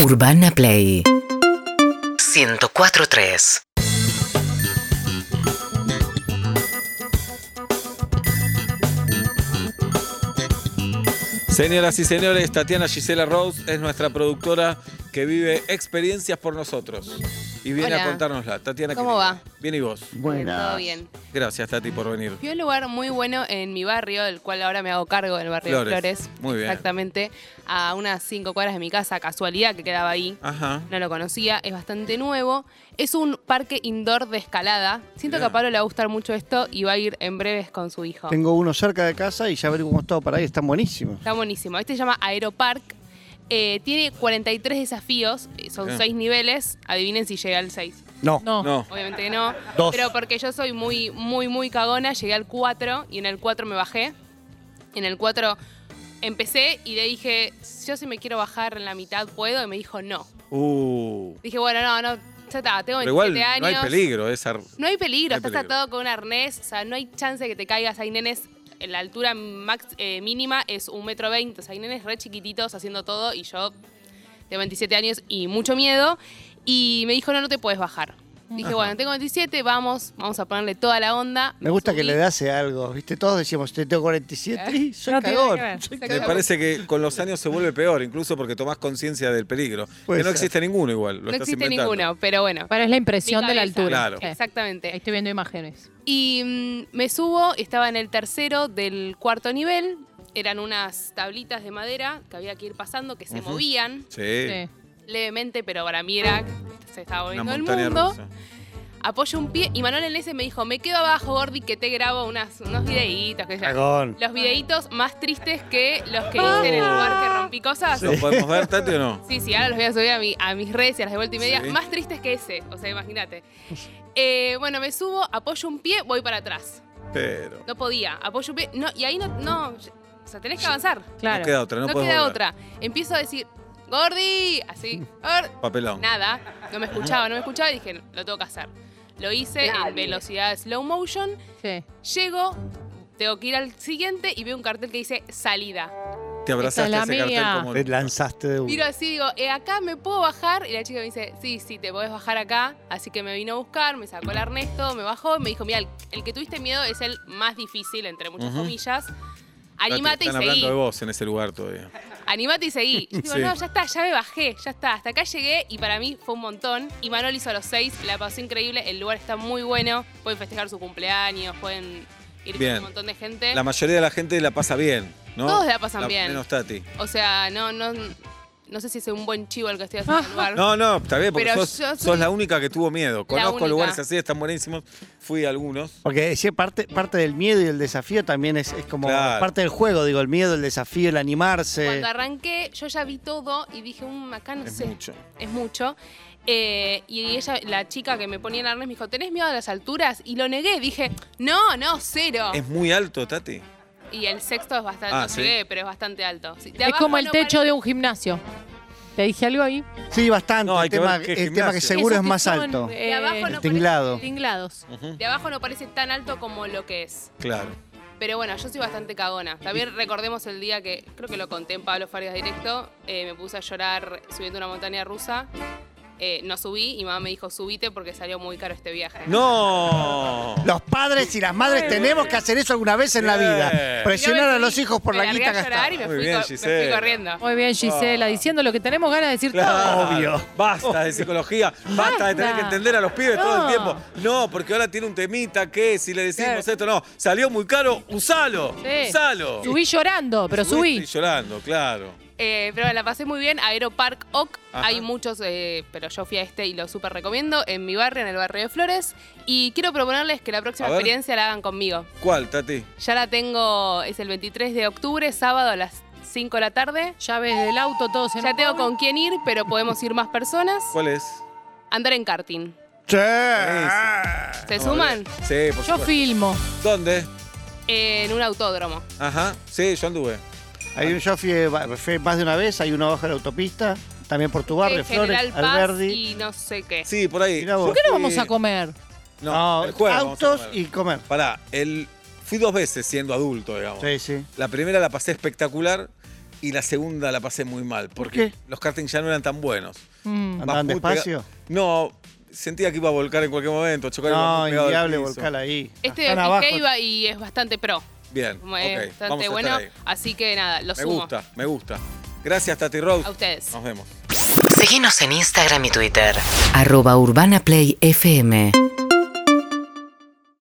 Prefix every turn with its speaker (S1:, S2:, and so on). S1: Urbana Play 104.3
S2: Señoras y señores, Tatiana Gisela Rose es nuestra productora que vive experiencias por nosotros. Y viene a
S3: Hola.
S2: contárnosla. Tatiana,
S3: ¿Cómo
S2: querida.
S3: va?
S2: Bien y vos.
S3: Todo
S4: Buena.
S3: bien.
S2: Gracias, Tati, por venir.
S3: Fui a un lugar muy bueno en mi barrio, el cual ahora me hago cargo del barrio
S2: Flores.
S3: de Flores.
S2: Muy bien.
S3: Exactamente. A unas cinco cuadras de mi casa, casualidad que quedaba ahí.
S2: Ajá.
S3: No lo conocía, es bastante nuevo. Es un parque indoor de escalada. Siento
S2: Mirá.
S3: que a Pablo le va a gustar mucho esto y va a ir en breves con su hijo.
S4: Tengo uno cerca de casa y ya averiguamos todo para ahí, están buenísimos.
S3: Está buenísimo. Este se llama Aeropark. Eh, tiene 43 desafíos, eh, son
S2: Bien.
S3: seis niveles. Adivinen si llegué al 6.
S4: No.
S2: No.
S3: Obviamente no.
S4: Dos.
S3: Pero porque yo soy muy, muy, muy cagona, llegué al 4 y en el 4 me bajé. En el 4 empecé y le dije, yo si me quiero bajar en la mitad puedo. Y me dijo, no.
S2: Uh.
S3: Dije, bueno, no, no, ya está, tengo 27
S2: Pero igual
S3: años.
S2: no hay peligro. Esa...
S3: No hay peligro,
S2: No hay
S3: estás
S2: peligro.
S3: atado con un arnés, o sea, no hay chance de que te caigas. Hay nenes, en la altura max, eh, mínima es un metro veinte, o sea, hay nenes re chiquititos haciendo todo y yo tengo 27 años y mucho miedo. Y me dijo, no, no te puedes bajar. Dije, bueno, tengo 27, vamos, vamos a ponerle toda la onda.
S4: Me gusta que
S3: subí.
S4: le dase algo, ¿viste? Todos decíamos, "Te tengo 47 y soy
S5: No tiene
S4: cagón.
S5: nada que ver.
S4: soy
S3: Me
S2: Me
S4: cagón.
S2: parece que con los años se vuelve peor, incluso porque tomás conciencia del peligro.
S4: Puede
S2: que no
S4: ser.
S2: existe ninguno igual. Lo
S3: No
S2: estás
S3: existe
S2: inventando.
S3: ninguno, pero bueno.
S5: Bueno, es la impresión
S3: Mi
S5: de la
S3: cabeza.
S5: altura.
S2: Claro.
S5: Sí. Ahí
S3: Exactamente.
S5: estoy viendo imágenes.
S3: Y mm, me subo, estaba en el tercero del cuarto nivel. Eran unas tablitas de madera que había que ir pasando, que se
S2: Ujú.
S3: movían
S2: Sí.
S5: Sí.
S3: levemente, pero para mí era se estaba
S2: Una
S3: moviendo el
S2: montaña
S3: mundo.
S2: rusa.
S3: Apoyo un pie y Manuel Enese me dijo, me quedo abajo, Gordi, que te grabo unas, unos videitos. Que ya-
S4: Cagón.
S3: los videitos más tristes que los que hice en el lugar que rompí cosas.
S2: ¿Lo podemos ver, Tati, o no?
S3: Sí, sí, ahora los voy a subir a, mi- a mis redes y a las de vuelta y media.
S2: Sí.
S3: Más tristes que ese, o sea, imagínate. Eh, bueno, me subo, apoyo un pie, voy para atrás.
S2: Pero.
S3: No podía, apoyo un pie. No, y ahí no, no, o sea, tenés que avanzar.
S2: No
S5: Claro.
S2: queda otra, no,
S3: No,
S2: podés
S3: queda
S2: volver.
S3: otra. Empiezo a decir, Gordi, así, Gordi.
S2: Papelón.
S3: Nada, no me escuchaba, no me escuchaba y dije, lo tengo que hacer. Lo hice en velocidad slow motion,
S5: Sí.
S3: llego, tengo que ir al siguiente y veo un cartel que dice salida.
S2: Te abrazaste
S5: Esa
S2: a
S5: es
S2: ese
S5: la mía.
S2: cartel como.
S4: Te lanzaste de
S3: Miro
S4: uno.
S3: así, digo, "Eh, acá me puedo bajar. Y la chica me dice, sí, sí, te podés bajar acá. Así que me vino a buscar, me sacó el Ernesto, me bajó y me dijo, mira, el, el que tuviste miedo es el más difícil, entre muchas
S2: Ujú.
S3: comillas.
S2: Tati,
S3: Animate y
S2: Están hablando
S3: seguí.
S2: de vos en ese lugar todavía.
S3: Animate y seguí. Yo digo,
S2: Sí.
S3: no, ya está, ya me bajé, ya está. Hasta acá llegué y para mí fue un montón. Y Manuel hizo los seis, la pasó increíble, el lugar está muy bueno. Pueden festejar su cumpleaños, pueden ir
S2: Bien.
S3: con un montón de gente.
S2: La mayoría de la gente la pasa bien, ¿no?
S3: Eh. Todos la pasan bien.
S2: Menos Tati.
S3: O sea, no, no, no sé si es un buen chivo el que estoy haciendo en el lugar.
S2: Ah. No, no, está bien, porque
S3: Pero
S2: sos,
S3: yo soy-
S2: sos la única que tuvo miedo. Conozco
S3: única.
S2: lugares así, están buenísimos. Fui a algunos.
S4: Porque sí, parte, parte del miedo y el desafío también es, es como
S2: Claro.
S4: parte del juego, digo, el miedo, el desafío, el animarse.
S3: Cuando arranqué, yo ya vi todo y dije, un acá no
S2: eh. Es
S3: sé.
S2: mucho.
S3: es mucho. Eh, y ella, la chica que me ponía en arnés, me dijo, ¿tenés miedo a las alturas? Y lo negué, dije, no, no, cero.
S2: Es muy alto, Tati.
S3: Y el sexto es bastante,
S2: Ah,
S3: no
S2: ¿sí?
S3: llegué, pero es bastante alto. Sí, de
S5: Es
S3: abajo
S5: como el
S3: no
S5: techo
S3: parece-
S5: de un gimnasio. ¿Te dije algo ahí?
S4: Sí, bastante.
S2: No, hay
S4: el
S2: que
S4: tema,
S2: ver qué
S4: el tema que
S2: gimnasio.
S4: seguro
S5: Esos
S4: es
S5: que
S4: más
S5: son,
S4: alto.
S5: eh,
S3: De abajo no
S4: el tinglado.
S5: Tinglados.
S2: Ujú,
S3: De abajo no parece tan alto como lo que es.
S2: Claro.
S3: Pero bueno, yo soy bastante cagona. También recordemos el día que, creo que lo conté en Pablo Farias Directo, eh, me puse a llorar subiendo una montaña rusa. Eh, no subí y mamá me dijo, subite porque salió muy caro este viaje.
S2: ¡No!
S4: Los padres y las madres tenemos que hacer eso alguna vez en la
S2: Bien.
S4: vida.
S3: Y yo me
S4: Presionar a
S3: fui,
S4: los hijos por
S3: me
S4: la
S3: largué
S4: guita
S3: a llorar
S4: gastada.
S3: y me
S2: Muy
S3: fui,
S2: bien,
S3: co- me fui
S2: Gisela.
S3: corriendo.
S5: Muy bien, Gisela, diciendo lo que tenemos ganas de decir todo.
S2: Ah. Claro.
S4: Obvio.
S2: Basta de psicología, basta de tener que
S5: Basta.
S2: entender a los pibes todo
S5: No.
S2: el tiempo. No, porque ahora tiene un temita que si le decimos
S5: Claro.
S2: esto, no, salió muy caro, usalo,
S5: Sí.
S2: usalo.
S5: Subí llorando, pero
S2: Estoy
S5: subí.
S2: llorando, claro.
S3: Eh, pero la pasé muy bien. Aeropark Oc.
S2: Ajá.
S3: Hay muchos, eh, pero yo fui a este y lo súper recomiendo. En mi barrio, en el barrio de Flores. Y quiero proponerles que la próxima
S2: A ver.
S3: experiencia la hagan conmigo.
S2: ¿Cuál, Tati?
S3: Ya la tengo, es el 23 de octubre, sábado a las 5 de la tarde.
S5: Llaves del auto, todos en
S3: Ya tengo con quién ir, pero podemos ir más personas.
S2: ¿Cuál es?
S3: Andar en karting.
S4: Che.
S3: ¿Se
S2: No,
S3: suman?
S2: bien. Sí, por
S5: Yo
S2: supuesto.
S5: filmo.
S2: ¿Dónde?
S3: En un autódromo.
S2: Ajá, sí, yo anduve.
S4: Hay un yo fui, fui más de una vez, hay uno abajo de la autopista, también por tu barrio,
S3: En
S4: Flores,
S3: General Paz
S4: Alberdi.
S3: y no sé qué.
S2: Sí, por ahí.
S4: Mirá vos.
S2: Yo
S5: ¿Por qué no
S2: fui-
S5: vamos a comer?
S2: No,
S4: No,
S2: el jueves vamos a
S4: autos
S2: comer.
S4: y comer.
S2: Pará, el... fui dos veces siendo adulto, digamos.
S4: Sí, sí.
S2: La primera la pasé espectacular y la segunda la pasé muy mal. Porque
S4: qué?
S2: los karting ya no eran tan buenos.
S5: Mm.
S2: Vas
S4: ¿Andaban
S2: muy pega-
S4: despacio?
S2: No, sentía que iba a volcar en cualquier momento, a chocar ibas
S4: No,
S2: muy pegado al
S4: inviable
S2: piso.
S4: volcar ahí.
S3: Este
S4: Están
S3: me
S4: abajo.
S3: fijé iba y es bastante pro.
S2: Bien,
S3: como Es
S2: ok,
S3: bastante
S2: vamos a
S3: bueno.
S2: estar ahí.
S3: Así que nada, lo
S2: Me
S3: sumo.
S2: gusta, me gusta. Gracias, Tati Rose.
S3: A ustedes.
S2: Nos vemos.
S1: Síguenos en Instagram y Twitter.
S6: arroba urbanaplayfm.